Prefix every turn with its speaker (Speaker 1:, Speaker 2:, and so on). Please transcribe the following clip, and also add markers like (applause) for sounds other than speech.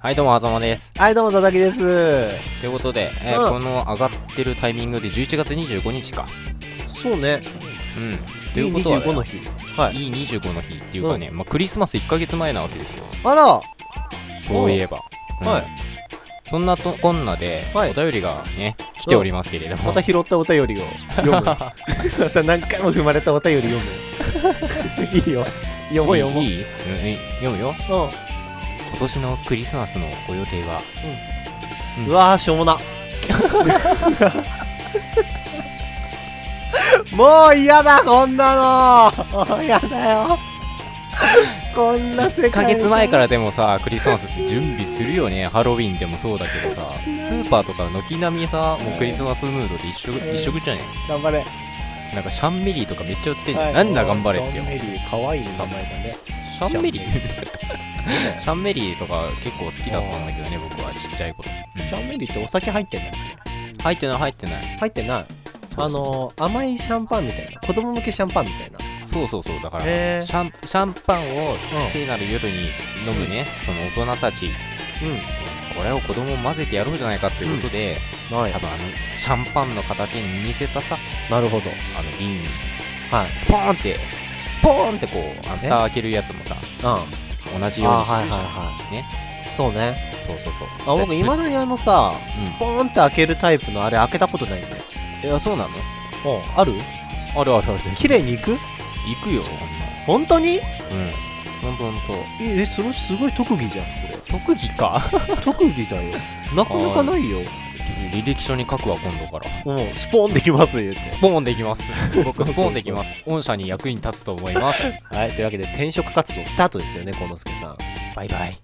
Speaker 1: はい、どうも、あざまです。
Speaker 2: はい、どうも、佐々木です。
Speaker 1: ということで、えー
Speaker 2: うん
Speaker 1: この上がってるタイミングで11月25日か。
Speaker 2: そうね。
Speaker 1: うん。ということは、
Speaker 2: 25の日。はい。
Speaker 1: いい25の日っていうかね、まあ、クリスマス1ヶ月前なわけですよ。
Speaker 2: あら、
Speaker 1: そういえば。うん
Speaker 2: はい。
Speaker 1: そんなとこんなで、
Speaker 2: はい
Speaker 1: お便りがね、来ておりますけれども。
Speaker 2: また拾ったお便りを読む。
Speaker 1: (laughs)
Speaker 2: また何回も踏まれたお便り読
Speaker 1: (laughs)
Speaker 2: む。いいよ。読もう読もう。
Speaker 1: いいいいうんいい読むよ。今年のクリスマスのご予定は、
Speaker 2: うん。うわー、しょう
Speaker 1: (laughs)
Speaker 2: もな。もう嫌だ、こんなの。もう嫌だよ。こんな世
Speaker 1: 1
Speaker 2: 界。
Speaker 1: ヶ月前からでもさ、クリスマスって準備するよね。ハロウィンでもそうだけど
Speaker 2: (laughs)
Speaker 1: さ、スーパーとか軒並みさ、もうクリスマスムードで一色、一色じゃね
Speaker 2: 頑張れ。
Speaker 1: なんかシャンメリーとかめっちゃ売ってんじゃん、なんだ頑張れって
Speaker 2: シャ
Speaker 1: よ
Speaker 2: ンメリー、かわいい名前だね。
Speaker 1: シャンメリー
Speaker 2: シ (laughs)
Speaker 1: シャンメリーとか結構好きだったんだけどね僕はちっちゃい頃
Speaker 2: シャンメリーってお酒入ってんだっけ
Speaker 1: 入ってない入ってない
Speaker 2: 入ってない
Speaker 1: そう
Speaker 2: あのー甘いシャンパンみたいな子供向けシャンパンみたいな
Speaker 1: そうそうそうだからシ
Speaker 2: へー
Speaker 1: ャンシャンパンを
Speaker 2: ん
Speaker 1: 聖なる夜に飲むね、その大人たち
Speaker 2: う
Speaker 1: これを子供混ぜてやろうじゃないかっていうことで、
Speaker 2: んは
Speaker 1: 多分あのシャンパンの形に似せたさ
Speaker 2: なるほど
Speaker 1: あの瓶に
Speaker 2: はい
Speaker 1: スポーンってスポーンってこうあの蓋開けるやつもさ
Speaker 2: うんあ
Speaker 1: 同じよう
Speaker 2: は
Speaker 1: に
Speaker 2: い
Speaker 1: して
Speaker 2: はい
Speaker 1: るじゃん、
Speaker 2: はい
Speaker 1: ね
Speaker 2: そうね
Speaker 1: そうそうそう
Speaker 2: あ僕いまだにあのさ
Speaker 1: ん
Speaker 2: スポーンって開けるタイプのあれ開けたことないんだよ
Speaker 1: いやそうなの
Speaker 2: うんある
Speaker 1: あるあるある
Speaker 2: 綺麗にいく
Speaker 1: 行くよ
Speaker 2: そう
Speaker 1: こんな
Speaker 2: 本当に
Speaker 1: うんほんとほんと
Speaker 2: ええそれすごい特技じゃんそれ
Speaker 1: 特技か
Speaker 2: 特技だよなかなかないよ
Speaker 1: 履歴書に書くわ今度から
Speaker 2: うんスポーンできます言って
Speaker 1: スポーンできます (laughs) 僕
Speaker 2: そうそうそう
Speaker 1: スポーンできます御社に役に立つと思います
Speaker 2: はいというわけで転職活動スタートですよねこのすけさん
Speaker 1: バイバイ